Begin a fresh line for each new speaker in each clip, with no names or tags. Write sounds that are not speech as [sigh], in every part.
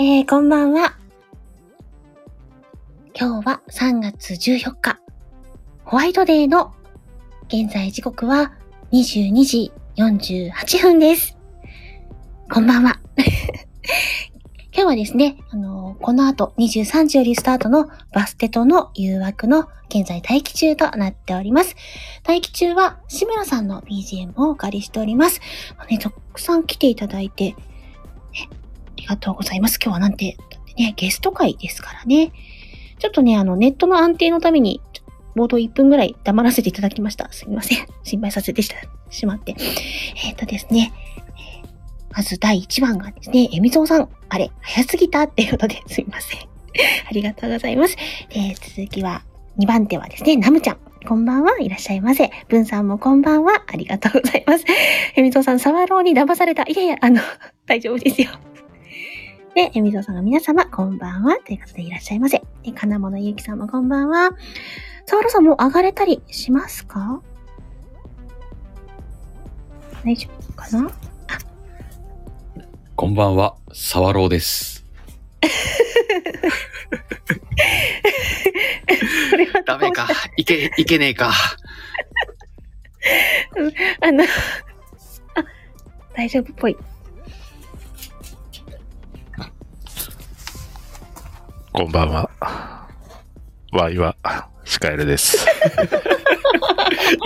えー、こんばんは。今日は3月14日、ホワイトデーの現在時刻は22時48分です。こんばんは。 [laughs] 今日はですね、あのこの後23時よりスタートのバステとの誘惑の現在待機中となっております。待機中は志村さんの BGM をお借りしております。ね、たくさん来ていただいて、ねありがとうございます。今日はなんて、だってね、ゲスト会ですからね。ちょっとね、あの、ネットの安定のために、ちょ冒頭1分ぐらい黙らせていただきました。すみません。心配させてしたしまって。えっ、とですね、えーまず第1番がですね、えみぞうさん、あれ、早すぎたっていうことで、すいません。ありがとうございます。えー続きは、2番手はですね、ナムちゃん。こんばんは、いらっしゃいませ。文さんもこんばんは、ありがとうございます。えみぞうさん、サワローに騙された。いやいや、あの、 [laughs] 大丈夫ですよ。で、えみぞうさんが皆様、こんばんは。ということで、いらっしゃいませ。で、金物ゆうきさんもこんばんは。サワロさんもう上がれたりしますか大丈夫かな
こんばんは、サワローです。
これはどう
ダメか。いけ、いけねえか。
あの、あ、大丈夫っぽい。
こんばんは。ワイは、シカエル
[laughs]
です。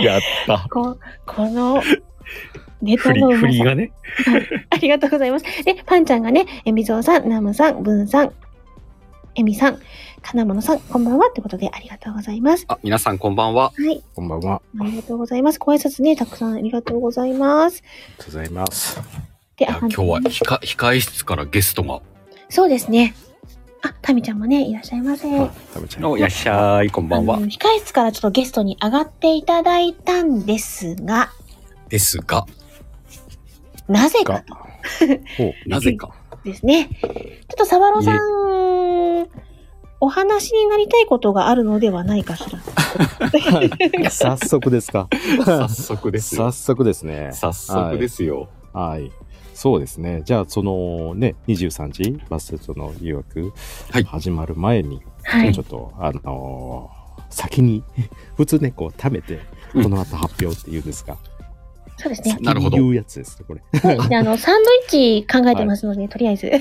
やった。
こ、この、ネ
振
タ
り、
のうま
振り
さ。
がね。
ありがとうございます。で、パンちゃんがね、えみぞうさん、ナムさん、ブンさん、えみさん、かなものさん、こんばんはってことでありがとうございます。
あ、皆さんこんばんは。
はい。
こんばんは。あ
ありがとうございます。ご挨拶ね、たくさんありがとうございます。
りがとうございます。
で、あ、
今日はひか控え室からゲストが。
そうですね。あ、タミちゃんもね、いらっしゃいませ。
あ、食べちゃい
いらっしゃい、こんばんは
あの。控室からちょっとゲストに上がっていただいたんですが、
ですが、
なぜか
か。ほう。
なぜか。
ですね。ちょっとサワロさん、お話になりたいことがあるのではないかしら。
[laughs] 早速ですか。
早速ですよ
早。速ですね。
早速ですよ。
はい。そうですね。じゃあ、そのね、23時、バスとの誘惑、
はい
始まる前に、
は
ちょっと、あのー先に、 [laughs] 普通ね、こう、貯めて、
うん
この後発表っていうんですか。
そうです
[laughs]
ね。
なるほど
先に言うやつですね、これ。
であの、サンドイッチ考えてますので、とりあえず。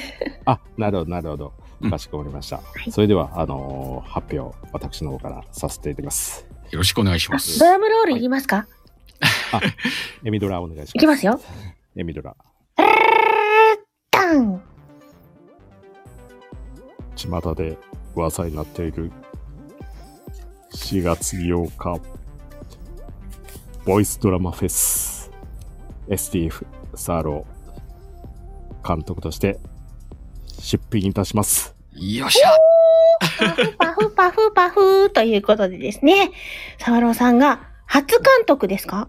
あ、なるほど、なるほど
う。ん
かしこまりました。
い
それでは、あのー発表、私の方からさせていただきます。
よろしくお願いします。
ドラムロールいりますか
エミドラお願いします。
いきますよ。
エミドラ。
ダン
巷で噂になっている4月8日ボイスドラマフェス STF サーロー監督として出品いたします
よっしゃ。
パフパフパフパフということでですね、サワロさんが初監督ですか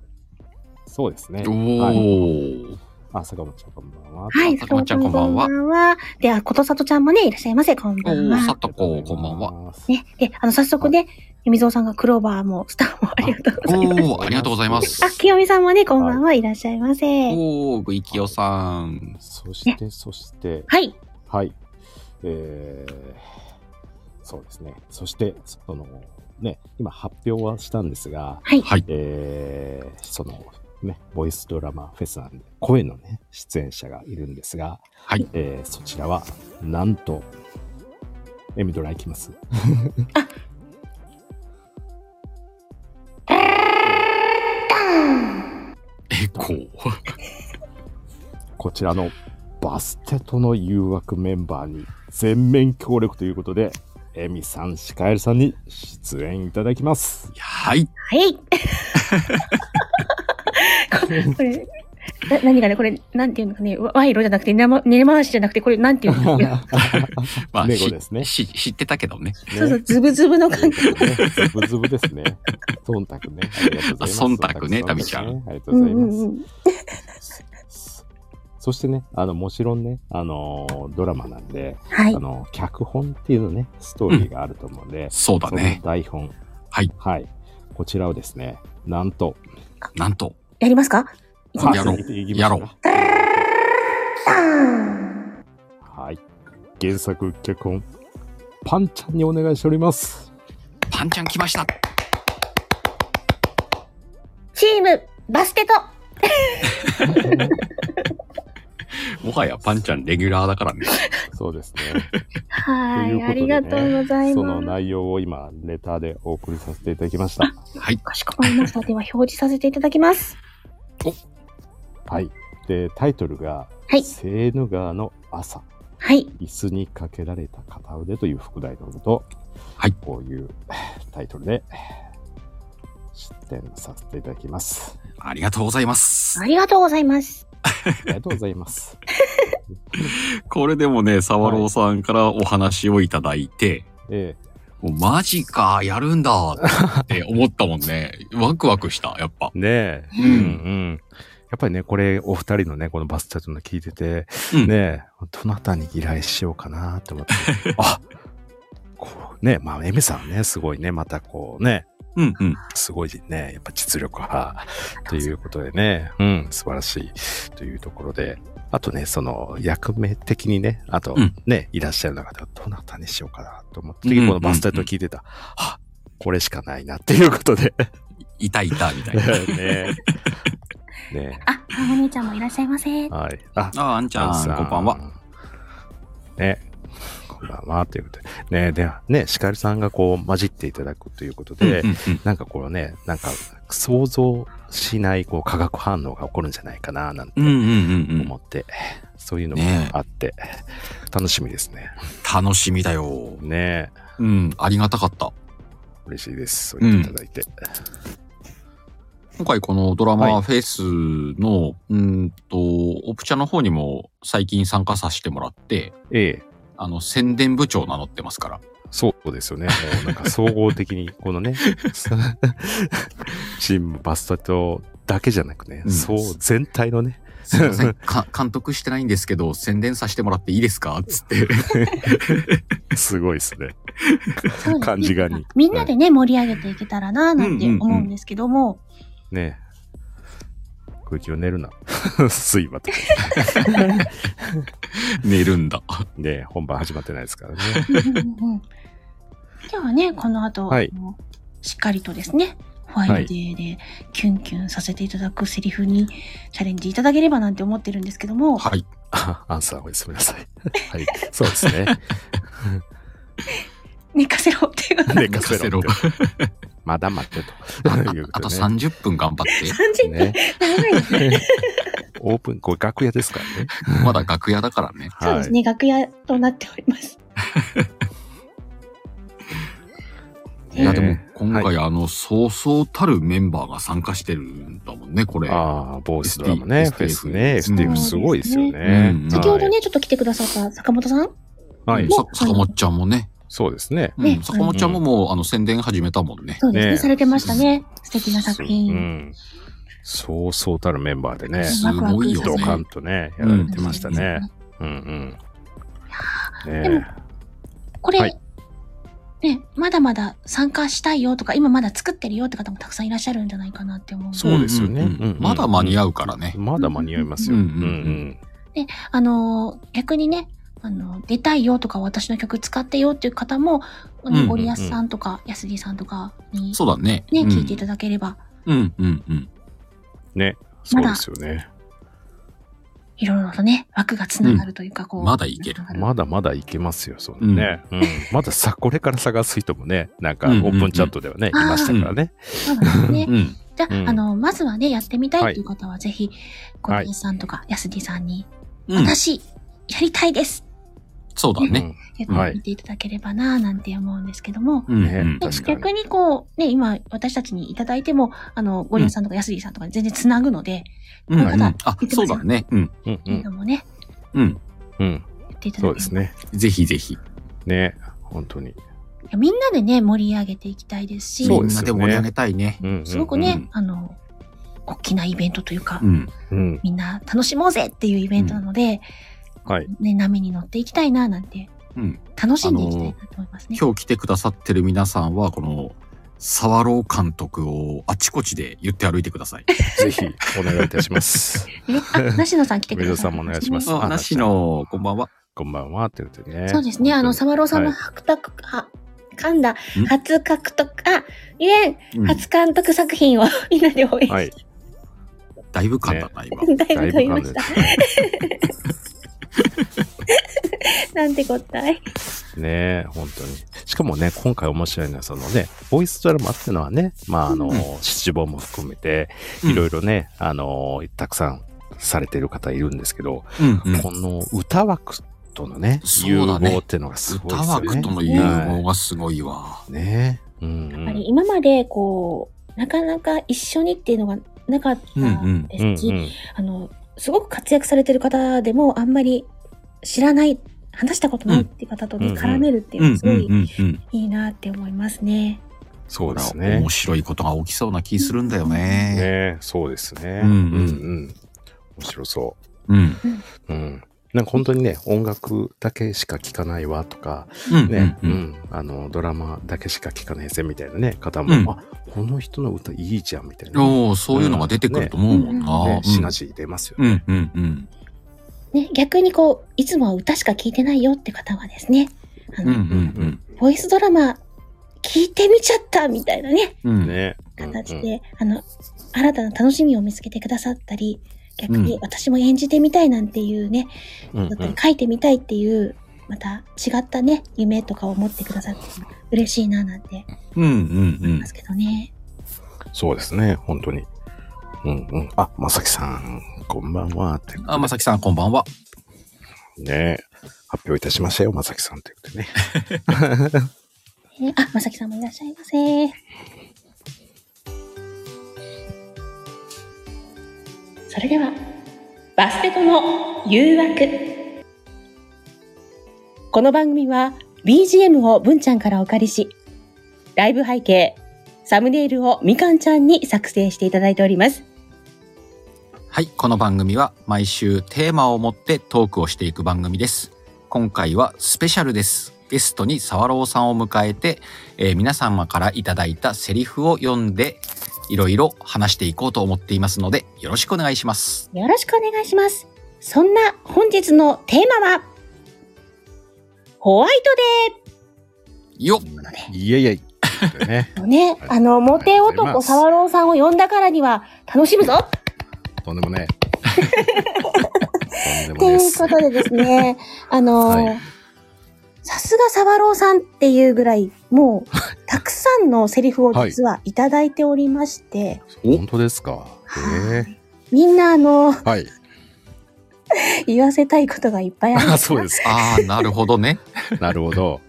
そうですね
お
はい、
ー。
あ坂本ちゃんこんばんは
はい、
あたまちゃんこんばんは
こんばんは。で、あ、ことさとちゃんもね、いらっしゃいませ。こん
お
ばん
ー、
は
さ。とこ、こんばんは。
は
ね、で、あの、早速ね、みぞうさんがクローバーもスターもありがとうございます。
おー、ありがとうございます。
あ、きよみさんもね、こんばんはいらっしゃいませ。
おー、ぐいきよさん。
そしてそして
はい。
はい。えー、そうですね。そして、その、ね、今発表はしたんですが、
はい
はい
えー、その、ね、ボイスドラマフェスなんで、声のね、出演者がいるんですが、
はい。
えー、そちらは、なんと、エミドラ行きます。
え、こう。
こちらのバステとの誘惑メンバーに全面協力ということで、エミさん、シカエルさんに出演いただきます。
はい。
はい。 [laughs] これ、な何がね、これ、なんていうのかね、わ賄賂じゃなくて、根回しじゃなくて、これ、なんていうの
まあ、
猫
し
ですね
し知ってたけどね。
そうそう、ズブズブの
とい
感
う
じ。
ことでねズブズブですね。忖度ね。ありがとうございます。
あ忖度ね
忖度
タミちゃん
ありがとう
うん
ございうま
ん
す。
うん。
そそしてね、あの、もちろんね、あのー、ドラマなんで、
はい
あ。の、脚本っていうね、ストーリーがあると思うんで、
そうだね。
その台本。
はい。
はい。こちらをですね、なんと、
なんと。
やりますか
やろう
う
やろう
はい。
原作脚本パンちゃんにお願いしております
パンちゃん来ました。
チーム、バステと、
もはやパンちゃんレギュラーだからね。
そうですね
は
という
い、
こ
あ
とで
り
ね
がとうござい
その
ます。
内容を今レターでお送りさせていただきました
はい。
かしこまりました。では表示させていただきます。
はいでタイトルが
はい
セーヌ川の朝
はい。
椅子にかけられた片腕という副題のもと、
はい
こういうえータイトルでえー出展させていただきます。
ありがとうございます。
ありがとうございます。
ありがとうございます。
これでもね、沢朗さんからお話をいただいて、
え
もうマジか、やるんだって思ったもん [laughs] ね。ワクワクした、やっぱ。
ねえ。
う。
うんうんん。やっぱりね、これ、お二人のね、このバスチャットの聞いてて、
うん
ねえ、どなたに依頼しようかなって
[laughs]
思って、あこうね、まあ、エミさんね、すごいね、またこうね、
うんうん。
すごいね、やっぱ実力派ということでね、うん、素晴らしいというところで、あとね、その役名的にね、あと
うん
ね、いらっしゃる中で、どなたにしようかなと思って、
うんうんうん
このバスタイト聞いてた、あこれしかないなっていうことで、
いたいた、みたいな。
ね。 [laughs] ね
あ、あお姉ちゃんもいらっしゃいませ。は
はい。あ、
ああ、あんちゃん、こんばんは。。
ね。こんばんは、ということで。ね、では、ね、シカルさんがこう、混じっていただくということで、
うんうんうん
なんかこのね、なんか想像しないこう化学反応が起こるんじゃないかななんて
うんうんうんう
思
ん。
って、そういうのも
ねえ
あって、楽しみですね。
楽しみだよ。
ねえ
うん、ありがたかった。
嬉しいです。そう言っていただいて。
今回このドラマ
は
フェスの、うーんと、オプチャの方にも最近参加させてもらって、
ええ、
あの、宣伝部長名乗ってますから。
そうですよね。もうなんか総合的に、 [laughs] この
[laughs]
ね、チームバスタとだけじゃなくね、
うん
そう、全体のね、
すいま
[laughs]
せん、か監督してないんですけど、宣伝させてもらっていいですかつっ
[laughs]
て。
すごいですね。
い
感じがに。
みんなでね、盛り上げていけたらな、なんて思うんですけども、
ねえ。空気を寝るな。 [laughs] 睡魔と。
寝るんだ。
ねえ本番始まってないですからね。
うんうんうん今日はね、この後、
はい
あのしっかりとですね、ホワイトデーでキュンキュンさせていただくセリフにチャレンジいただければなんて思ってるんですけども、
[laughs]
はい。
あアンさんおやすみなさい。はい。そうです
[laughs]
ね。
寝かせろっていう。
寝かせろって
寝。
まだ待ってと。
あ
というこ
あと
でね
30分頑張っ
30分
ね。
長いですね。
オープン、これ楽屋ですからね。
て。まだ楽屋だからね。
そうですね、楽屋となっております。
はい。
いやでも今
は
回あの、そうそうたるメンバーが参加してるんだもんね、これ。
ああ、ボーイスドラマね、
ST
フェスね、
うん
STF すごいですよ
う
ね
ん。
先ほど
はい
ね、ちょっと来てくださった坂本さん
は
う
い
ん、さ坂本ちゃんもね。
そうですね。
うん
ね
坂本ちゃんももう、あの、宣伝始めたもんね。
そうですね
ね
されてましたね。素敵な作
う
品。
ん。そうそうたるメンバーでね、
すごいよ
ド
そう
カ
ね
ン。とね、やられてましたね。うんうん。
でも
ね
これ、
はい
ね、まだまだ参加したいよとか、今まだ作ってるよって方もたくさんいらっしゃるんじゃないかなって思うので。
そうですよね
んん
うんうん
まだ間に合うからね
え。まだ間に合いますよ。
う
うんん
う
うんん。
で、あのー逆にね、あのー出たいよとか私の曲使ってよっていう方も、あ
うんうんう
の
ん
ゴリアスさんとか、ヤスリさんとかに
そうだね。
ね、
うん
聞いていただければ、
うんうんうん。
ね、そうですよね。
いろいろとね、枠がつながるというか、こう。
まだいける
つなが
まだまだいけますよ、そんなね。うんまださ、これから探す人もね、なんかオ
うんうんうん
ープンチャットではね、いましたからね。
そうなんですね
う。ん。
じゃあ、
うん
あのーまずはね、やってみたいという方は、ぜひ、ゴリアスさんとか、ヤスリさんに、
うん。
私、やりたいです
そうだね。
言ってみていただければなぁなんて思うんですけども、
うんう
ね
ん。
で
確かに
逆にこう、ね、今、私たちにいただいても、あの、ゴリラさんとかヤスリさんとかに全然つなぐので、
うんうん
まだ
あ、そうだね。うん。
うんう
いうんのもね、
うん。
うん。
やっていただ
そ
いうて。
ですね。
ぜひぜひ。
ね、本当に。
いやみんなでね、盛り上げていきたいですし、
そう
み
で
ん
す
な
よね
で盛り上げたいね。
うんうんうん
すごくね、
うん
あの、大きなイベントというか、
うん。
うん。
みんな楽しもうぜっていうイベントなので、
はい。
ね、波に乗っていきたいななんて、
うん。
楽しんでいきたいなと思いますね。
今日来てくださってる皆さんは、この、沢朗監督をあちこちで言って歩いてく
[laughs]
ださい。
ぜひ、お願いいたします。 [laughs]
ねあ、なしのさん来てください。
上田さんもお願いします
あ、なしの、こんばんは。
こんばんはってことでね。
そうですね。あの、サマローさんの
はい
獲得、は、噛んだ
ん、
初獲得、あ、イレン、
うん
初監督作品をみんなで応援し
はい。
だいぶ噛んだな、
[laughs] だいぶ
今。
だ
飛
い
び
ぶ噛
ま
ん
し
で
た。
る
なんてこったい。
ねえ、本当に。しかもね、今回面白いのは、そのね、ボイスドラマってのはね、まあ、あの、
うん
七望も含めて、
うん
いろいろね、あの、たくさんされてる方いるんですけど、
うんうん
この歌枠とのね、
そ
融
うだね
合ってのがすごいで
歌
すよね。
枠との融合がすごいわ。
ねえ。うん、う
やっぱり
ん。
今まで、こう、なかなか一緒にっていうのがなかった
うん
で
うん
すし、あの、すごく活躍されてる方でも、あんまり知らない、話したことないっていう方とね、
うん
絡めるっていう
う
の
ん
はす
うん
ご
う
い
んうん。
いいなって思いますね。
そうです
これは
ね
面。白いことが起きそうな気するんだよね。
ねえ、そうですね。
うんうん
うん。面白そう。
うん
うん。なんか本当にね、音楽だけしか聴かないわとか、
うん
ね、
う
うん
う
ん、
ん。
あの、ドラマだけしか聴かないぜみたいなね、方も、
うん
あ、この人の歌いいじゃんみたいなね。
おーそういうのが出てくると思うもんな。
ね、シナ
ジ
ジー出ますよ
う
ね。
んうんうん。
ね、逆にこう、いつもは歌しか聴いてないよって方はですね、あ
うんう
の、
ん
ボイスドラマ聞いてみちゃったみたいなね、
うん。うん
ね。
形
うんうん
で、あの、新たな楽しみを見つけてくださったり、逆
う
に
ん
私も演じてみたいなんていうね、
うん
だった
う
り
ん
書いてみたいっていう、また違ったね、夢とかを持ってくださって嬉しいななんて
うんうんう
思い
ん
ま。すけどね。
そうですね、本当に。うんうん。あ、まさきさん、こんばんはって。
あ、まさきさんこんばんは。
ね。発表いたしましたよ、まさきさんということでね。
ねあ、まさきさんもいらっしゃいませ。それでは、バステトの誘惑。この番組は BGM を文ちゃんからお借りし、ライブ背景、サムネイルをみかんちゃんに作成していただいております。
はい、この番組は毎週テーマを持ってトークをしていく番組です。今回はスペシャルです。ゲストにサワローさんを迎えて、えー皆様からいただいたセリフを読んで、いろいろ話していこうと思っていますので、よろしくお願いします。
よろしくお願いします。そんな本日のテーマは、ホワイト
よっ
いやいやいや。というね。
デーのね、あの、モテ
ありがとうございま
男
す
沢郎さんを呼んだからには楽しむぞ
とんでも
[laughs]
ねえ。とんで
と
も
い
ねえっ
う
す
ことでです
[laughs]
ね、あの、
はい
さすが沢郎さんっていうぐらい、も
[laughs]
う、たくさんのセリフを実はいただいておりまして、
お
本当ですか。
は
え
みんなあの、 [laughs]
えはい。
言わせたいことがいっぱいある
[laughs] あ、そうです。
ああ、なるほどね。
なるほど。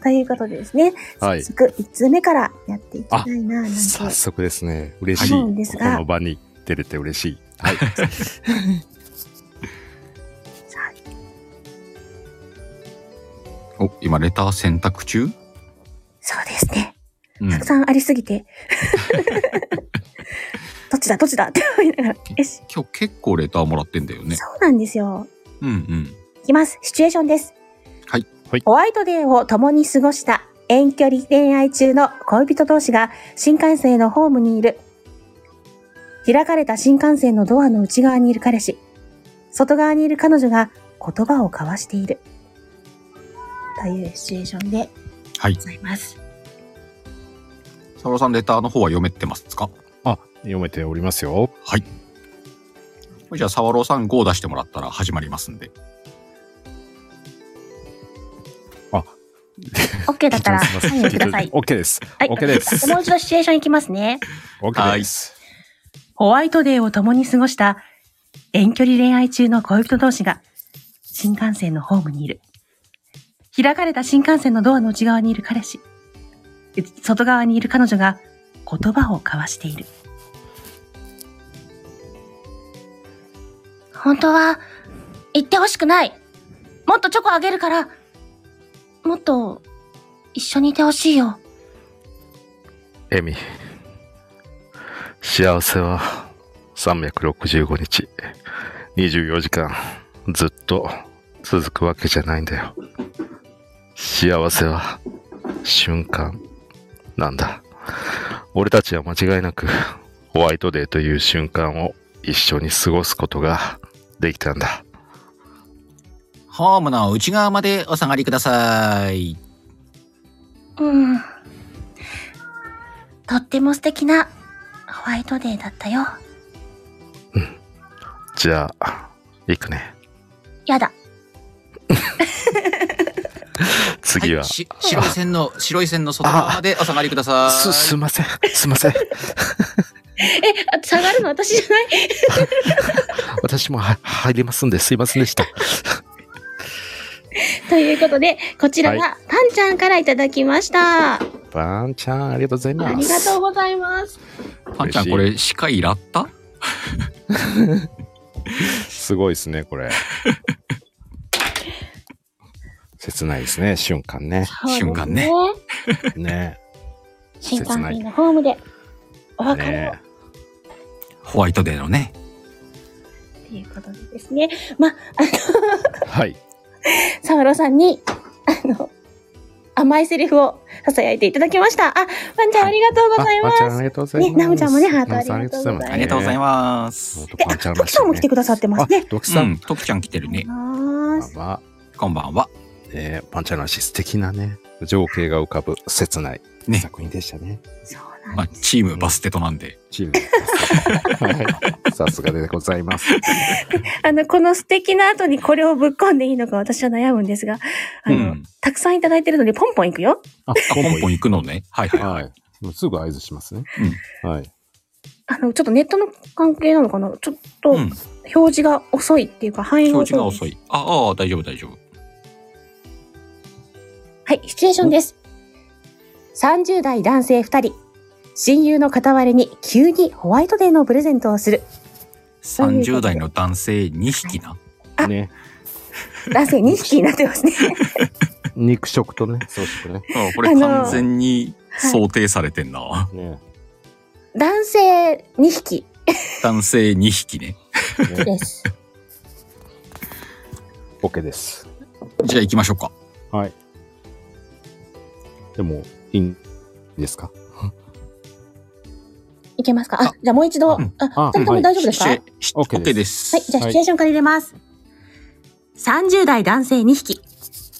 ということでですね、
はい
早。速1通目からやっていきたいな、なんて。
早速ですね。嬉しい。
そう
こ
なんですが
の場に出れて嬉しい。はい。
お、今レター選択中、
そうですね。
うん
たくさんありすぎ
[laughs]
て。 [laughs] どっちだどっちだって思いながら。よし、
今日結構レターもらってんだよね。
そうなんですよ。
うんうん。
いきます。シチュエーションです。
はい。
はい
ホワイトデーを共に過ごした遠距離恋愛中の恋人同士が新幹線のホームにいる。開かれた新幹線のドアの内側にいる彼氏。外側にいる彼女が言葉を交わしている。というシチュエーションで
はい
ご。ざい
[laughs]
ます。
サワローさんレターの方は読めてますか
あ、読めておりますよ。
はい。じゃあ、サワローさん5を出してもらったら始まりますんで。
OK だったら
聞いて
サインをください。
オッケーです。
はい。
[laughs] オッケーです
もう一度シチュエーションいきますね。
オッケーです。
ホワイトデーを共に過ごした遠距離恋愛中の恋人同士が新幹線のホームにいる。開かれた新幹線のドアの内側にいる彼氏。外側にいる彼女が言葉を交わしている。本当は言ってほしくない。もっとチョコあげるから、もっと一緒にいてほしいよ。
エミ。幸せは365日、24時間、ずっと続くわけじゃないんだよ。幸せは瞬間なんだ。俺たちは間違いなくホワイトデーという瞬間を一緒に過ごすことができたんだ。
ホームの内側までお下がりください。
うん。とっても素敵なホワイトデーだったよ。
じゃあ、行くね。
やだ。
次は、
いし白い線の、白い線の外側までお下がりくださ
す、
い。
すいません。すいません。
え、あ下がるの私じゃない [laughs]
私もは入りますんで、すいませんでした。
ということで、こちらはパンちゃんからいただきました。
バンちゃん、ありがとうございます。
ありがとうございます。
パンちゃん、これ、歯科医ラッタ
すごいですね、これ。 [laughs] 切ないですね、瞬間ね。
瞬間ね
そうですね
ね。
新幹
切ない
線のホームでお別れを
ね
ホワイトデーのね。
っていうことでですね。まあ、あ
はい。
の、沢呂さんに、あの、甘いセリフを囁いていただきました。あ、パンちゃんありがとうござい
あ
ま
パンち
す
ゃ。ん、ありがとうございます。
ねナムちゃんもねハート
ナムさんありがとうございます。
あ
ありがとうござい
ま
ます。
す。
え、あ、トキさんも来てくださってますね。
あ、ドキ
う
さん。
ん、トキちゃん来てるね。
ま
まあ
す
まあ、
こんばんは。
えー、パンちゃんの素敵なね、情景が浮かぶ切ない
ね
作品でしたね。
そう
ま
な
あ、
んです。
チームバステトなんで。
チームです。はいさすがでございます。
あの、この素敵な後にこれをぶっ込んでいいのか私は悩むんですが、あ
う
の、
ん。
たくさんいただいてるのでポンポンいくよ。
あ、
ポ
コ
ンポン
ン
行くのね。はい
ポ
はい
ン。
はい。
はい。もうすぐ合図しますね。はい。
あの、ちょっとネットの関係なのかなちょっと
うん。
表示が遅いっていうか、反映が
表示が
い。
遅い。あ [laughs] あ、大丈夫大丈夫。
はい、シチュエーションです。30代男性2人。親友の片割れに急にホワイトデーのプレゼントをする。
30代の男性2匹な。
あ
ね。
男性2匹になってますね。
肉食とね、草食ね。
うんこれ
あの
完全に想定されてんな。
ね。
[laughs] 男性2匹
男性2匹ね。[laughs]
ね
です。
オッケーです。
じゃあ行きましょうか。
はい。でも、いいんですか
いけますかあ、じゃあもう一度。あ、
う
二
ん
あ
人とも大丈夫です
し
かはい、
し
OK です
OK です。
じゃあシチュエーションから入れます。30代男性2匹。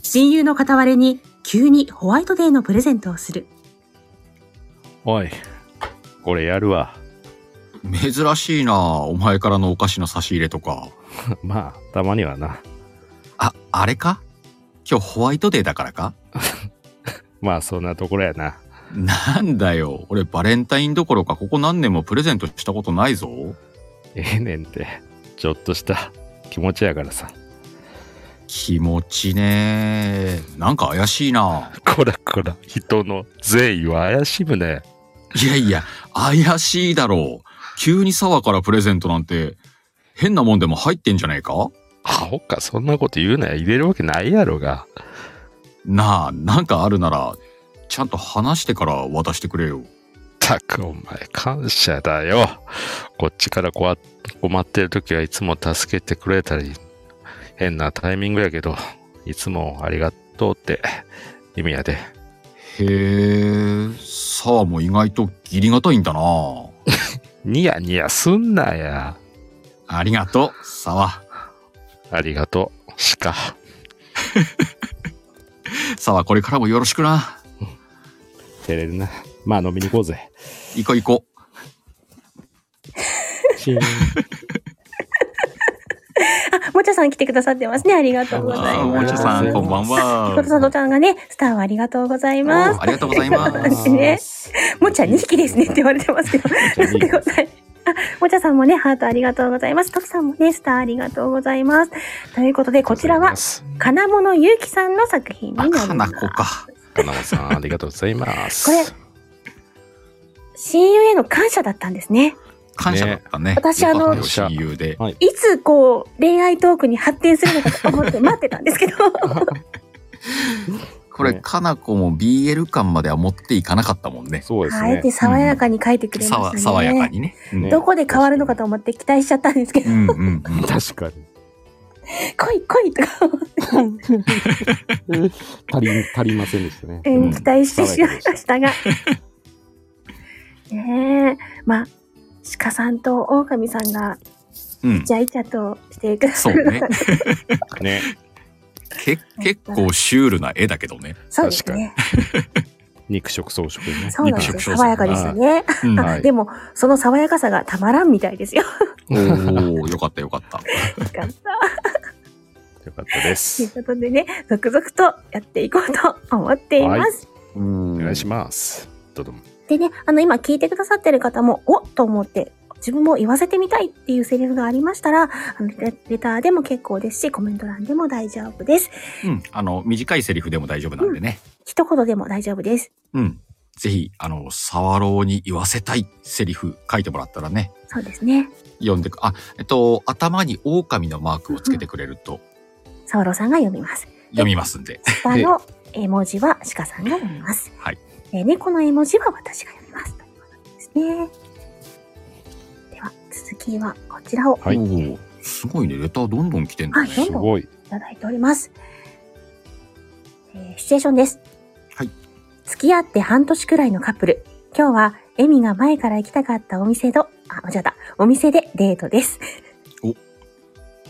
親友の片割れに急にホワイトデーのプレゼントをする。
おい、これやる [laughs] わ。
珍しいなお前からのお菓子の差し入れとか。
まあ、たまにはな。
あ、あれか今日ホワイトデーだからか
まあ、そんなところやな。
なんだよ。俺バレンタインどころかここ何年もプレゼントしたことないぞ。
ええねんって、ちょっとした気持ちやからさ。
気持ちねなんか怪しいな
こらこら、人の善意は怪しむね。
いやいや、怪しいだろう。急に沢からプレゼントなんて、変なもんでも入ってんじゃねえか
あほか、そんなこと言うなや、入れるわけないやろが。
なあ、なんかあるなら、ちゃんと話してから渡してくれよ。
ったく、お前、感謝だよ。こっちからこわ困ってる時はいつも助けてくれたり、変なタイミングやけど、いつもありがとうって意味やで。
へえ、沢も意外と義理がたいんだな
ニヤニヤすんなや。
ありがとう、沢。
ありがとう、鹿。
沢、これからもよろしくな。
照れるな。まあ飲みに行こうぜ。
行こう行こう。
チーン。
あ、もちゃさん来てくださってますね。ありがとうござい
あー
ます。
もちさん、こんばんは。
ことさとちゃんがね、スターをありがとうございます。
ありがとうございます。
ねもちゃん2匹ですねって言われてますけど。なんてことないあ、もちゃさんもね、ハートありがとうございます。ときさんもね、スターありがとうございます。ということで、こちらは、金物ゆうきさんの作品にな
あ、
ります。
かなこか。
金本さん、ありがとうございます。
これ親友への感謝だったんですね。
感謝だったね。
私あの
よかったよ親友で。
いつこう、恋愛トークに発展するのかと思って待ってたんですけど。
これ、
ね
かなこも BL 感までは持っていかなかったもんね。
そうです
あえ
ね
て。爽やかに書いてくれま
さ
した
わ
ね。
爽やかにね。うん
どこで変わるのかと思って期待しちゃったんですけど
う、んうんうん。
確かに。
来い来いとか思って
足り、足りませんでしたね。
えー
うん
期待してしまいましたが。ねえ、まあ、鹿さんと狼さんが、
う
[laughs]
ん
じゃいちゃとしてくださるのか、
そ
ね。
け結構シュールな絵だけ
[laughs]
どね。
そうですね。
肉食草食ね。
そうなんです
肉
よ。
食
爽やかでしたね。
うん
あでも、その爽やかさがたまらんみたいですよ。
おー、よかったよかった。
よ
[laughs]
かった。
よかったで
という
す。
ことでね、続々とやっていこうと思っています。
お
お願いします。どどん。
でね、あの、今聞いてくださってる方も、おっと思って、自分も言わせてみたいっていうセリフがありましたら、あのレレターでも結構ですし、コメント欄でも大丈夫です。
うん、あの、短いセリフでも大丈夫なんでね。
一言でも大丈夫です。
うん。ぜひ、あの、サワローに言わせたいセリフ書いてもらったらね、
そうですね。
読んでく。あ、えっと、頭に狼のマークをつけてくれると
サワロさんが読みます。
読みますんで。
スパの絵文字は鹿さんが読みます。
はい
で猫の絵文字は私が読みます。ということですね。では、続きはこちらを
はい
おーすごいね、レターどんどん来てんだね。
はいどん
すごい。
いただいております。えーシチュエーションです。
はい。
付き合って半年くらいのカップル。今日は、エミが前から行きたかったお店と、あ、間違った、お店でデートです。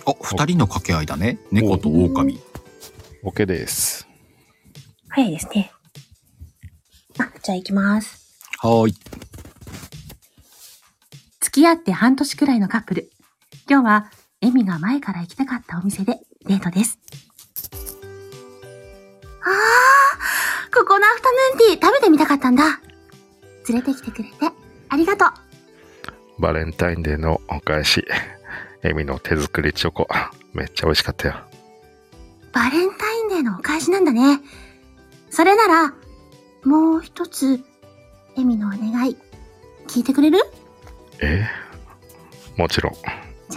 あ、二人の掛け合いだね。猫と狼。
OK です。
早いですね。あ、じゃあ行きます。
はーい。
付き合って半年くらいのカップル。今日は、エミが前から行きたかったお店でデートです。ああ、ここのアフタヌーンティー食べてみたかったんだ。連れてきてくれて、ありがとう。
バレンタインデーのお返し、 [laughs] エミの手作りチョコ、めっちゃ美味しかったよ。
バレンタインデーのお返しなんだね。それなら、もう一つ、エミのお願い、聞いてくれる
えもちろん、
じ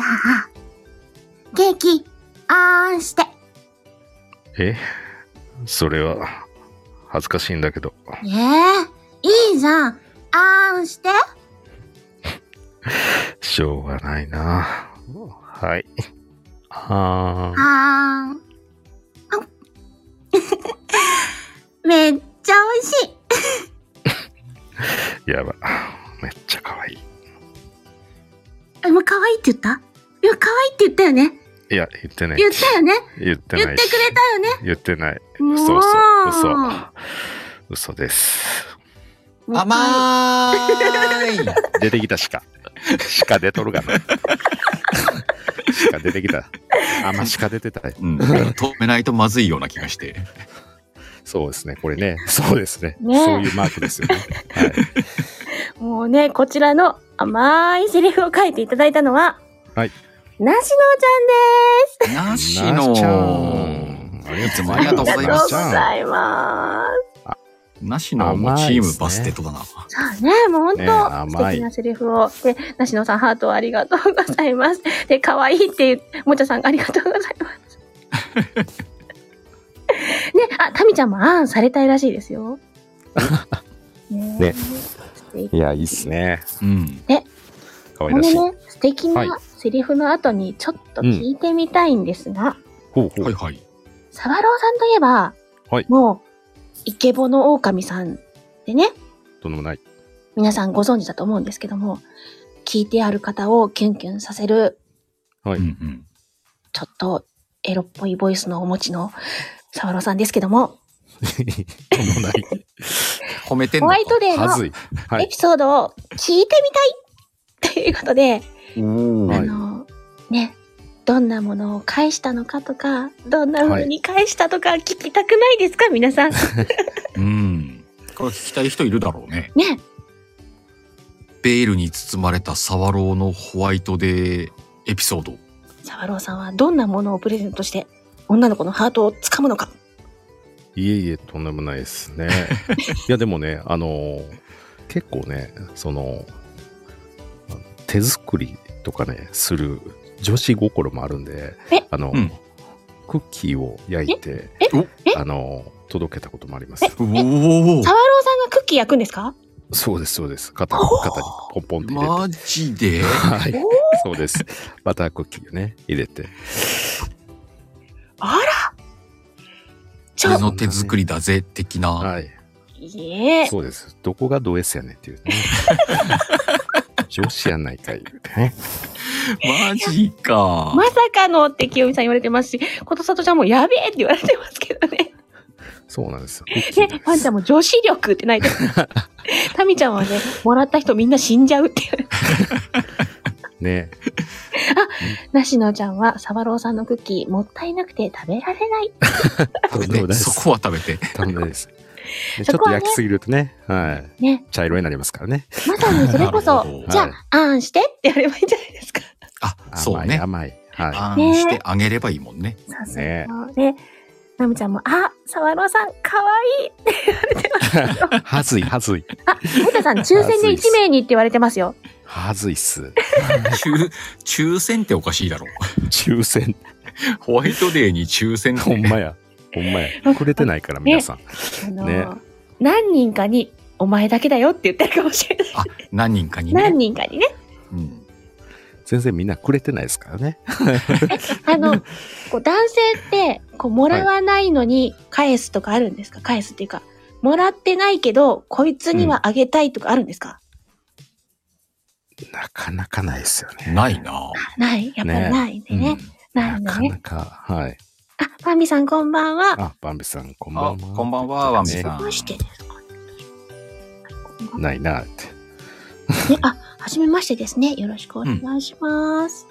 ゃあ、ケーキ、あーんして。
えそれは、恥ずかしいんだけど、
ええいいじゃん。あーんして。
しょうがないな。はい。あーん、
あーん。 [laughs] あんめっちゃ美味しい。
やば。めっちゃ可愛い。
あもう可愛いって言ったいや、可愛いって言ったよね。
いや、言ってない。
言ったよね。
言って
言っ
な
て
い
く
し。
れたよね。
言ってない。
もう
嘘嘘。嘘。嘘です。
甘ーい
出てきた
[laughs]
鹿。鹿出とるがな。
鹿出てきた。あんま鹿出てたね。
うん。止めないとまずいような気が [laughs] して。
そうですね。これね。そうですね。
ねえ
そういうマークですよね。はい。
もうね、こちらの甘いセリフを書いていただいたのは、
はい。
なしのち
なし
な
の
しちゃんありが
い
と
つ
う
も
ご
あ
ざ
り
い
が
ます
とうご
ゃん
ざい
で。
ます
あり
す。
がとうございま
なしのはもうチームバスケットだな。
す。さあね、もう本当、
ねえ甘い
素敵なセリフを。で、なしのさん、ハートをありがとうございます。で、可愛いっていう、もちゃさんがありがとうございます。
[laughs]
ね、あ、たみちゃんもあんされたいらしいです
[laughs]
よ。ね
ね
素敵
いや、いいっすね。
うん。
可
こ
愛ら
の
しい。
ね、素敵
はい
なセリフの後にちょっと聞いてみたいんですが、
ほうほ。
はいうはい。
サワローさんといえば、
はい
もう、イケボの狼さんでね、
とんでもない。
皆さんご存知だと思うんですけども、聞いてある方をキュンキュンさせる、
はい。
うんうん。
ちょっとエロっぽいボイスのお持ちのサワローさんですけども、
とんでもない。
褒めてん
ホ
の
ワ
か
イトデー
はず
の
い。はい
エピソードを聞いてみたい [laughs] ということで、
お
はい
あの、ね、どんなものを返したのかとか、どんな風に返したとか聞きたくないですか、皆さん。ね。
うん。これ聞きたい人いるだろうね。ベールに包まれたサワローのホワイトデーエピソード。
サワローさんはどんなものをプレゼントして女の子のハートをつかむのか。
いえいえ、とんでもないです
[laughs]
ね。いや、でもね、あのー結構ね、その、あの手作りとかね、する女子心もあるんで
え、
あの、
うん
クッキーを焼いて
え
え
え、
あのー届けたこともあります。
おお
サワローさんがクッキー焼くんですか
そうです、そうです。肩に、肩にポンポンって入れて。
マジで
はい
おー、
そうです。バタークッキーをね、入れて。
あらち
俺
ょ、
の手作りだぜ的な。
はい。
いえ。
そうです。
[laughs]
どこがド S やねんっていうね。女子やないかい。ね
マジか。
まさかのって清美さん言われてますし、ことさとちゃんもやべえって言われてますけどね。
そうなんですよ。
で、ファンちゃんも女子力って泣いてます。タミちゃんはね、もらった人みんな死んじゃうっていう。
ね
なしのちゃんは、サバローさんのクッキー、もったいなくて食べられない。
食べても大
そこは食べて。
ダメです。でち
そ
ょっ
ことはね
焼きすぎるとね、はい。
ね。
茶色になりますからね。
まさにそれこ
[laughs] な
そ
るほど、
じゃ
はい
あ、あんしてってやればいいんじゃないですか。
あ、
甘い
そうね。
甘い。は
あ
ね
んしてあげればいいもんね。
そうそう。
ね
で、ナムちゃんも、あ、サワローさん、かわいい
い。はずい、はずい。
もたさん、抽選で1名にって言われてますよ。
はずいっす。
抽、抽選っておかしいだ
[laughs]
ろ。
抽選。
ホワイトデーに抽選
ほんまや。ほんまや。くれてないから、皆さん。
あの
ね
何人かに、お前だけだよって言ってるかもしれない。
何人かにね。
何人かにね。
うん。
全然みんなくれてないですからね。
あの、こう男性って、こう、もらわないのに返すとかあるんですか、返すっていうか、もらってないけど、こいつにはあげたいとかあるんですか、
なかなかないですよね。
ないな。
ないやっぱりないんでね。ないん
な
だ
か
ね。
なか、はい。
あ、パンミさんこんばんは。
あ、バンビさん、こんば
あ
んは。、
こんばんは、ワンピさ
ね
ん
ど。うしてですか
ないなって。
ね、あ、はじめましてですね。よろしくお願いします。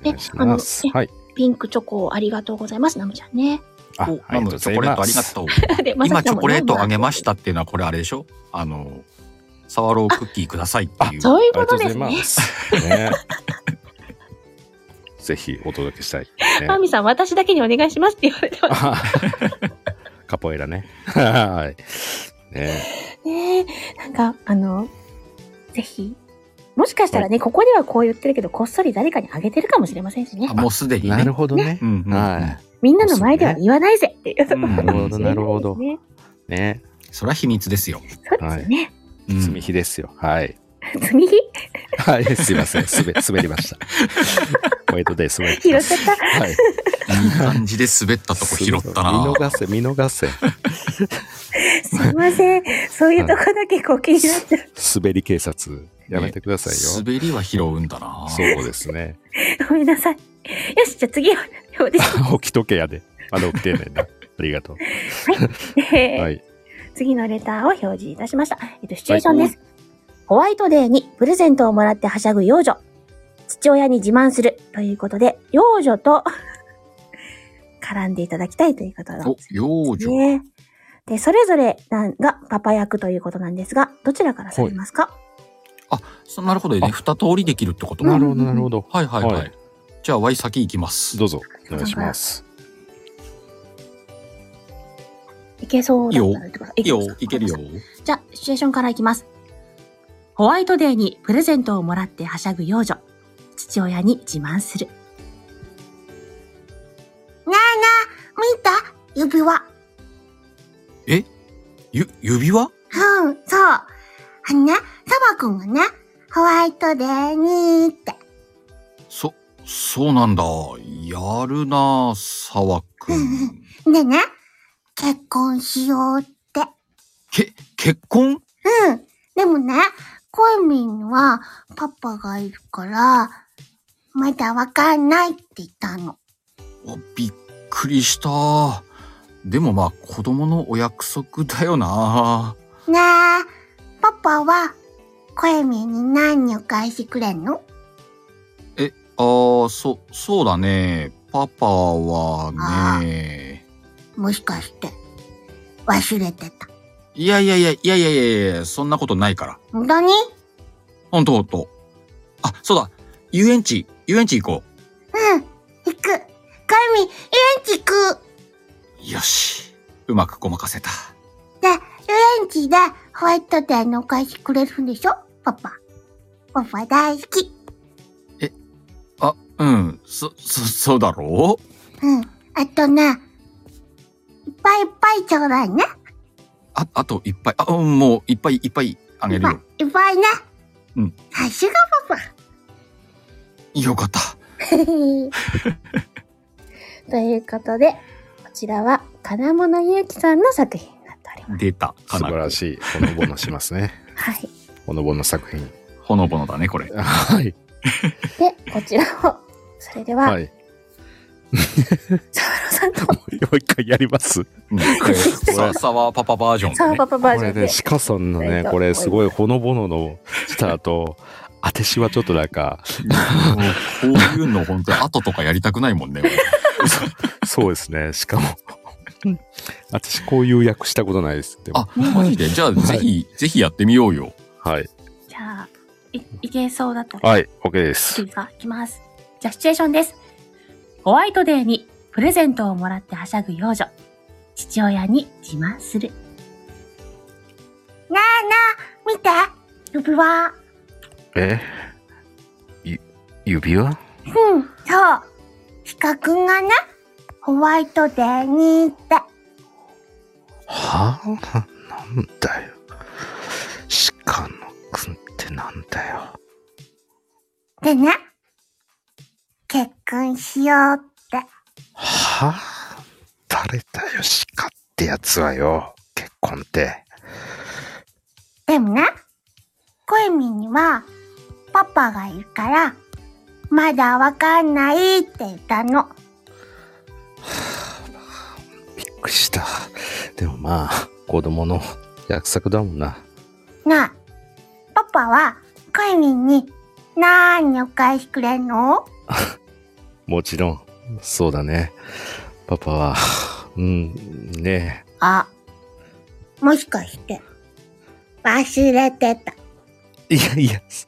お願いします
あの
はい。
ピンクチョコありがとうございます。ナムちゃんね。
あ、あり
おマ
がとう
ム
ご
チ
ざ
ョコ
い
レート
ま
ありが
す。
とう。
でまさ
今
きち
チ
ゃん
ョ
も
コレートあげま
た
したっていうのはこれあれでしょあの、サワロークッキーくださいっていう。
そういう
あ
こ
りがと
と
うご
で
ざ
す
い
ね
ま。す。ね。ぜひお届けしたい。ね
パンミさん、私だけにお願いしますって言われてます。
あ [laughs] カポエラね。はい。ね
ねえなんか、あの、ぜひ、もしかしたらね、ここではこう言ってるけど、こっそり誰かにあげてるかもしれませんしね
あ。もうすでに
な
ね
る。ほどね
う。んうん
は
みんなの前では言わないぜっていう。
うん。
なるほ
う
ど、
ん
なるほど。
ね、
ね。
それは秘密ですよ。
そうですよね。
うん
積み火ですよ。はい。
[laughs] 積み火
はい、 [laughs] すいません。すべ、滑り
[laughs]
ました。ホワイトデー滑り
拾
ま
っ
し
ちゃった。
た。はい。
いい感じで滑ったとこ拾ったな。
見逃せ、見逃せ。
すいません。そういうとこだけこう気になっちゃう。
滑り警察、やめてくださいよ。
滑りは拾うんだな。
そうですね。 [laughs]
ごめんなさい。よし、じゃあ次は、私、
起きとけやで。まだ起きてんねんな。ありがとう。
えー
はい。
次のレターを表示いたしました。えっと、シチュエーションです。ホワイトデーにプレゼントをもらってはしゃぐ幼女。父親に自慢するということで、幼女と [laughs] 絡んでいただきたいということなん
お
で、
幼
す
女。
ね。で、それぞれなんがパパ役ということなんですが、どちらからされますか、
そなるほどね。
あ
二通りできるってこと
な
か。
るほど、なるほど。
はいはいはい。
はい
じゃあ、ワイ先行きます。
どうぞ、お願いします。
い、けそうだったらってこと
いいよ
けます、か
いけるよ。
じゃあ、シチュエーションからいきます。ホワイトデーにプレゼントをもらってはしゃぐ幼女。父親に自慢する。なあなあ、見た指輪。
ゆ、指輪
うん、そう。あのね、サバくんがね、ホワイトデーにーって。
そ、そうなんだ。やるな、沢くん。 [laughs]
でね、結婚しようって。
け、結婚
うん。でもね、コイミンはパパがいるから、まだわかんないって言ったの。
あびっくりした。でもまあ、子供のお約束だよな。
ねえ、パパは、コエミに何を返してくれんの
あー、そ、そうだね。パパはね。
もしかして、忘れてた。
いやいやいや、いやいやいやいや、そんなことないから。
本当に
ほんとほんと。あ、そうだ。遊園地、遊園地行こ
うん、行く。コエミ、遊園地行く。
う。よし。うまくごまかせた。
で、遊園地でホワイトデーのお返しくれるんでしょパパ。パパ大好き。
あ、うん。そ、そ、そうだろう
うん。あとね、いっぱいいっぱいちょうだいね。
あ、あといっぱい。あ、うん、もういっぱいいっぱいあげるよ。
いっぱいね。
うん。
さすがパパ。
よかった。
という [laughs] ことで、こちらは金物ゆうきさんの作品になっております。
出た。
素晴ら
い。
しい。ほのぼのしますね。
はい。
ほのぼの作品。
ほのぼのだね、これ。
はい。
で、こちらを、それでは、
はい。
サワロさんと、
もう一回やります。
さサワーパパバージョン
サ
で
ワ
ね。
パパバー
こ
ジョ
れ
ンで
ね、。鹿さんの
は
ね
い、
これすごいほのぼののした後、当てしはちょっとなんか、 [laughs]
こういうの本当に後とかやりたくないもんね。
そうですね、しかも。私こういう役したことないです。でも
あ、マジでじゃあぜひ、ぜひやってみようよ。
はい。
じゃあ、い、いけそうだったら、。
はいい、OK で
い
す。
ですかいきます。じゃあ、シチュエーションです。ホワイトデーにプレゼントをもらってはしゃぐ幼女。父親に自慢する。なあなあ、見て指輪。
えゆ指輪
うん、そう。ヒカ君がね、ホワイトデーに行って。
はあなんだよ。鹿のくんってなんだよ。
でね、結婚しようって。
はあ誰だよ、鹿ってやつはよ。結婚って。
でもね、恋ミには、パパがいるから、まだわかんないって言ったの。
びっくりした。でもまあ、子供の約束だもんな。
なあ、パパは、恋ミに、なーにお返しくれんの
もちろん、そうだね。パパは、うん、ね
あ、もしかして、忘れてた。
え。いやいや、そ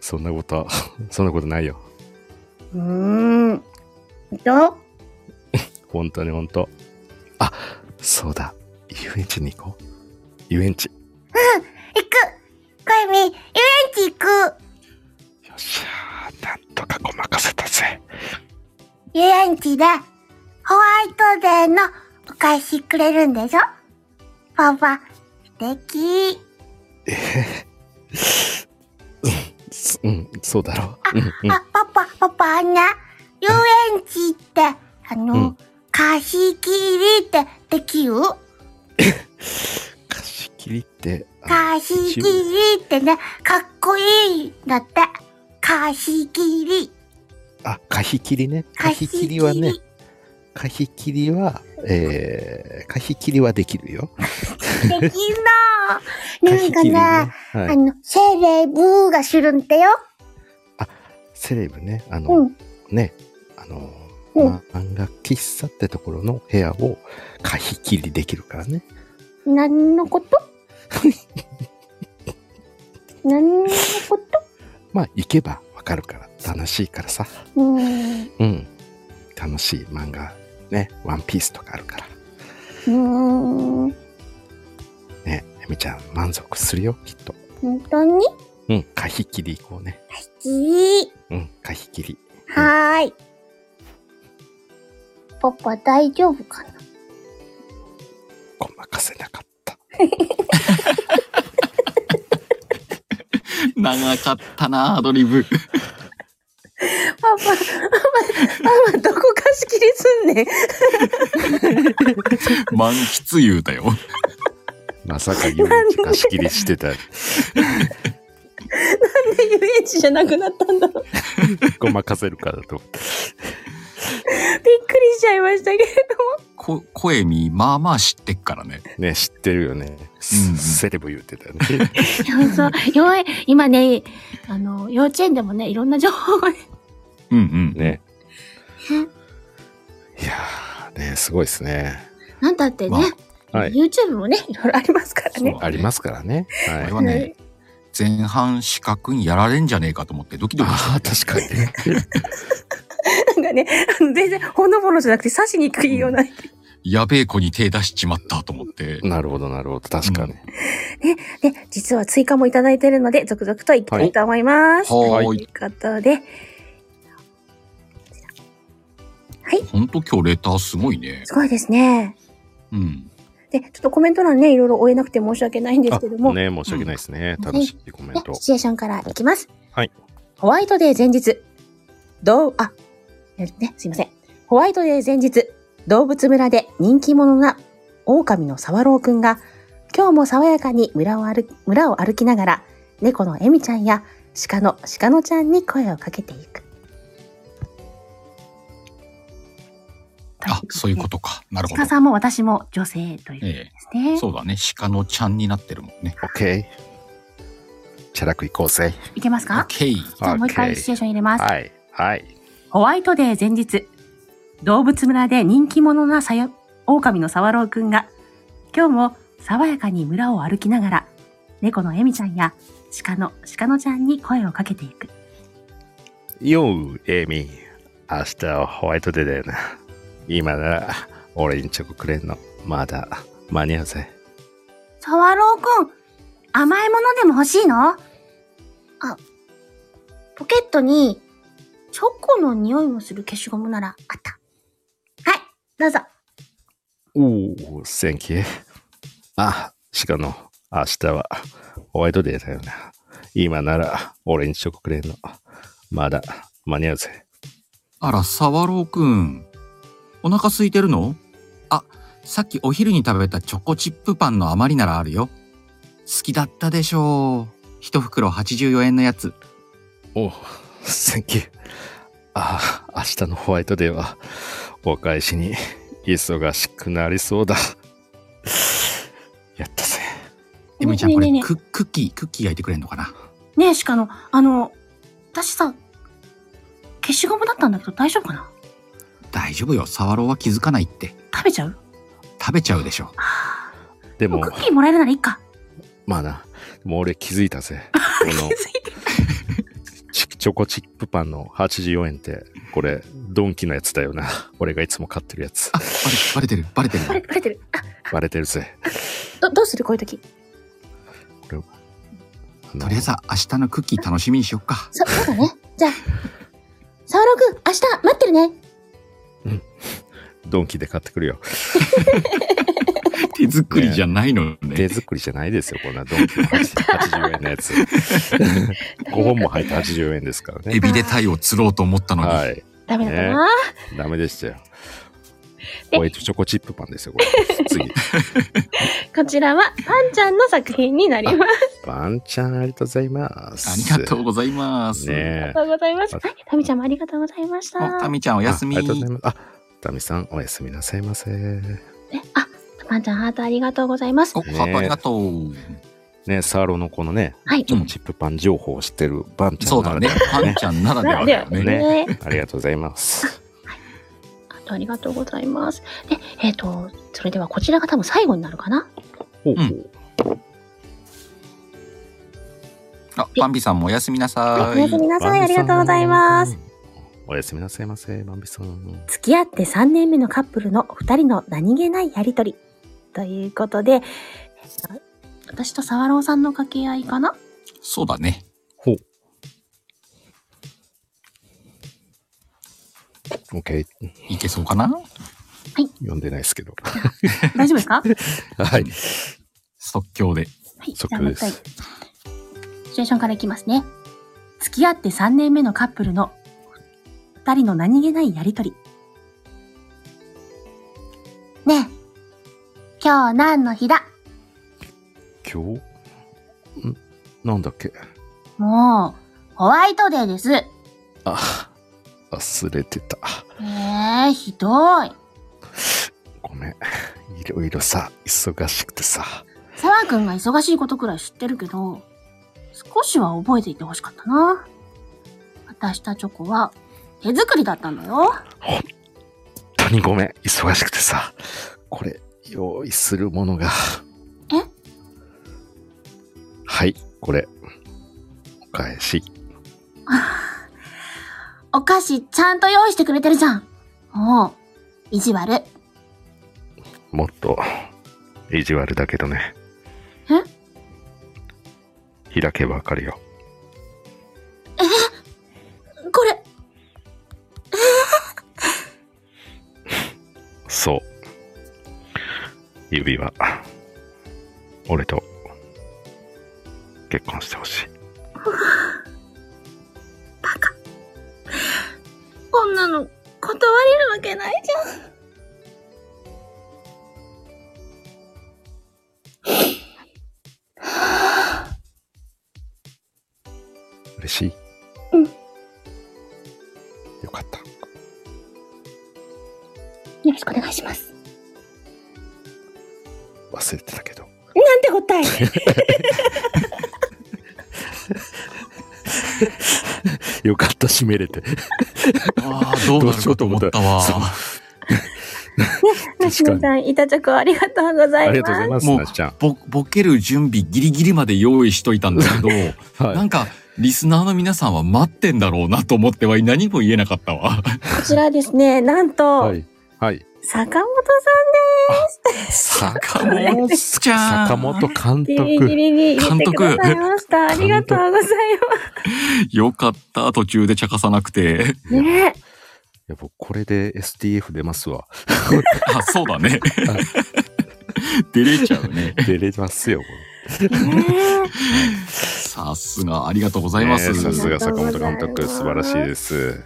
そんなことは、そんなことないよ。
うーん。どう
本当に本当。あ、そうだ。遊園地に行こう。遊園地。よ
行く恋ミ、遊園地行く
っしゃー、なんとかごまかせたぜ。
遊園地で、ホワイトデーのお返しくれるんでしょパパ、素敵。
すうん、そうだろう。うん、うん。
あ、パパ、パパ、ね、遊園地って、あの、
うん
貸し切りってできる
貸し切りって。あ
貸し切りってね、かっこいいんだって。貸し切り。
あ、可否切りね。可否
貸し切
切
り
りはね、可否切りは、えー、可否切りはできるよ。
でき
[laughs]
る
可
の。な
否
ん
切り
かね、
ね。
あ
はい。
の、セレブがするんだよ。
セレブね、あの、
うん
ね、あの、
うん
ま漫画喫茶ってところの部屋を可否切りできるからね。
何のこと [laughs] 何のこと
まあ、行けばわかるから、楽しいからさ。
うーん。
うん。楽しい漫画、ね、ワンピースとかあるから。
うーん。
ね、エミちゃん満足するよ、きっと。
本当に
うん、可否切り行こうね。
好き。
うん、可否切り。
はーい。パパ大丈夫かな
ごまかせなかった。
長かったな、アドリブ。
パパ、パパ、パパどこかしきりすんねん。
[laughs]
[laughs]
満喫言うたよ。
まさか遊園地貸し切りして [laughs] た。
なんで遊園地じゃなくなったんだろう。びっ
ごまかせるからと。
くりしちゃいましたけれども。
こ声み、まあまあ知ってっからね。
ね、知ってるよね。
うん
セレブ言ってたよね。
そうそう。よい、今ね、あの、幼稚園でもね、いろんな情報がね。
うんうん。
[laughs] ね。いやー、ね、すごいですね。
[laughs] なんだってね、
まあはい
YouTube もね、いろいろありますからね。
ありますからね。
これ
は。
はいね、前半四角にやられんじゃねえかと思ってドキドキし
ああ、 [laughs] 確かにね。
なんかね、あの全然、ほのぼのじゃなくて刺しにくいような。
やべえ子に手出しちまったと思って。
[laughs] なるほど、なるほど。確かに。
で、実は追加もいただいてるので、続々といきたいと思います。
はいは
と
ーい
いうことで、
ほんと今日レターすごいね。
すごいですね。
うん。
で、ちょっとコメント欄ね、いろいろ追えなくて申し訳ないんです
あ
けども、
ね、申し訳ないですね。
うん
楽しいコメン
ね
ト
シ。チュエーションからいきます。
はい。
ホワイトデー前日、どう、あ、ね、すいません。ホワイトデー前日、動物村で人気者な狼のサワローくんが、今日も爽やかに村を歩き村を歩きながら、猫のエミちゃんや鹿の、鹿のちゃんに声をかけていく。
あ、そういうことか。なるほど
鹿。さんも私も女性ということで
え
すね。
え、そうだね。鹿のちゃんになってるもんね。
オッケー。チャラく行こうぜ。
いけます
オッ
か
ケー。
じゃあもう一回シチュエーション入れます。
はい。はい。
ホワイトデー前日、動物村で人気者なさや、狼のサワローくんが、今日も爽やかに村を歩きながら、猫のエミちゃんや鹿の、鹿のちゃんに声をかけていく。
よう、エミ。明日はホワイトデーだよな。今なら、俺にチョコくれんの。まだ、間に合うぜ。
サワローくん、甘いものでも欲しいの
ポケットに、チョコの匂いもする消しゴムならあった。はい、どうぞ。
おお、センキュー。あ、しかの、明日はホワイトデーだよな。今なら俺にチョコくれんの。まだ間に合うぜ。
あら、サワローくん。お腹空いてるのあ、さっきお昼に食べたチョコチップパンの余りならあるよ。好きだったでしょう。一袋84円のやつ。
おう、センキュー。あ、明日のホワイトデーはお返しに忙しくなりそうだ。やったぜ。
エミちゃん、これ、
ねえねえねえ
ククッキー、クッキー焼いてくれんのかな
ねえ、鹿の、あの、私さ、消しゴムだったんだけど大丈夫かな
大丈夫よ。サワローは気づかないって。
食べちゃう
食べちゃうでしょ。
はあ
で
もう
も
ク、ッキーもらえるならいいか。
まあな、もう俺気づいた [laughs] ぜ。このチチョコチップパンの84円って、これ、ドンキのやつだよな。俺がいつも買ってるやつ
あ、。バレ、バレてる、バレて
バレ
る。
バレてる。あ、
バレてるぜ。
ど、どうするこういう時。
あの
とりあえずは明日のクッキー楽しみにしよっか。
そ、そうだね。じゃあ、サワロくん、明日待ってるね。
ドンキで買ってくるよ。
手作りじゃないの
手
ね。
作りじゃないですよ、こんなドンキの80円のやつ。5本も入って80円ですから
エ
ね。
ビで鯛を釣ろうと思ったのに。
はい。
ダメだったな、
ダメでしたよ。
で
ホワイトチョコチップパンですよ、これ。
[laughs]
次。
こちらは、パンちゃんの作品になります。
ワンちゃん、ありがとうございます。
ありがとうございます。
あり
ねえ。
がとうございます。
あ
はい、タミちゃんもありがとうございました。
おタミちゃんおやすみ。
あありがとうございます。あ、タミさん、おやすみなさいませ。ね
えあ、パンちゃんハートありがとうございます。
お、ハートありがとう。
えサーロのこのね、
はい。
うん
チップパン情報を知ってるバンちゃん
そう
な
だ
ら
ね
で。
パンちゃんならではだよ
なら
ね。
ね
ありがとうございます。
ハートありがとうございます。で、えっ、と、それではこちらが多分最後になるかな。
ほうほう
[laughs] うんあ、パンビさんもおやすみなさ
はい
い。
おやすみなさい
バンビ
ありがとうございます。
おやすみなさいませ、バンビさん。
付き合って3年目のカップルの2人の何気ないやりとり。ということで、私とサワローさんの掛け合いかな
そうだね。
オッケー、
いけそうかな
読んでないですけど。
大丈夫です
[laughs]
か
はい、
即興で。
はい、じゃあ
即
も
で
う一回、シ
す。
チュエーションからいきますね。付き合って3年目のカップルの2人の何気ないやりとり。
ねえ、今日何の日だ
今日んなんだっけ
もう、ホワイトデーです。え
あ、忘れてた。
ー、ひどい。
ごめん。いろいろさ、忙しくてさ。
サワーくんが忙しいことくらい知ってるけど、少しは覚えていてほしかったな。渡したチョコは手作りだったんだよ。
本当にごめん。忙しくてさ。これ、用意するものが。
え
はい、これ。お返し。
お菓子ちゃんと用意してくれてるじゃん。もう、意地悪。
もっと、意地悪だけどね。開けばわかるよ。
これ、
そう。指輪。俺と、結婚してほしい。
こんなの断れるわけないじゃん。
嬉嬉しい
うん
よかった
よろしくお願いします。
忘れてたけど
なんて答え
よかった閉めれて
ああ、どうなるかと思ったわ。
かに
しのさん、いたちゃくありがとうござ
あ
います。
りがとうございます
もう
なしちゃん
ぼ、ぼける準備ギリギリまで用意しといたんだけど、な
は
んか、リスナーの皆さんは待ってんだろうなと思っては何も言えなかったわ。
こちらですね、なんと、
いはいはい
坂本
坂本ちゃん。
坂本監
さん、ギリギ
督
リに入れてく
監督
ださいました。ありがとうございま
よかった。途中で茶化さなく
す。
て。
ね
いや僕これで STF 出ます
[laughs]
わ
あ、そうだね。出れちゃうね。
出れますよこ
え。 [laughs] ねえ。
さすが、ありがとうござ
れ
います。
ねえさすが坂本
あり
監
がとうござい
督
ます
素晴らしいです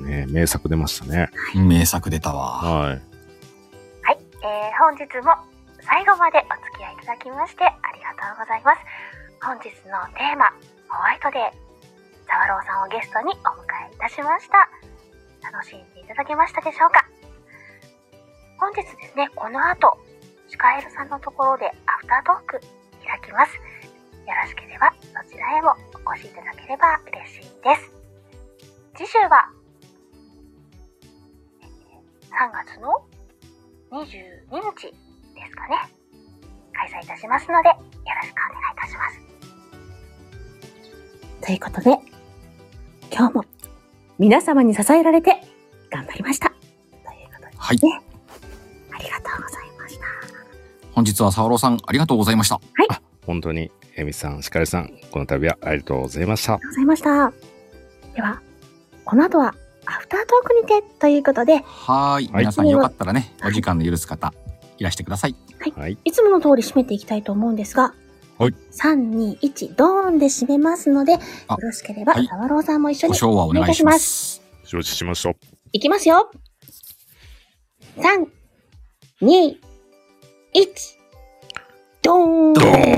ねえ名作出ましたね
名作出たわ。
はい
はい、えー本日も最後までお付き合いいただきましてありがとうございます。本日のテーマ、ホワイトデー。ザワロウさんをゲストにお迎えいたしました。楽しんでいただけましたでしょうか本日ですね、この後、シカエルさんのところでアフタートーク開きます。よろしければそちらへもお越しいただければ嬉しいです。次週は、3月の22日ですかね開催いたしますのでよろしくお願いいたします
ということで、今日も皆様に支えられて頑張りました。ということで、
はい。
ありがとうございました。
本日は沢朗さん、ありがとうございました。
本当にエミさん、シカルさん、この度はありがとうございました。
ありがとうございました。では、この後はアフタートークにてということで、
はーい。
はい
皆さんよかったらね、お時間の許す方、いらしてください。
はい。
いつもの通り締めていきたいと思うんですが、
はい
3、2、1、ドーンで締めますので、よ
あ
ろしければ、
はい
沢朗さんも一緒
ご
に
賞はお願いします。
承知しました。
いきますよ。3、2、1、ドーン
ドーン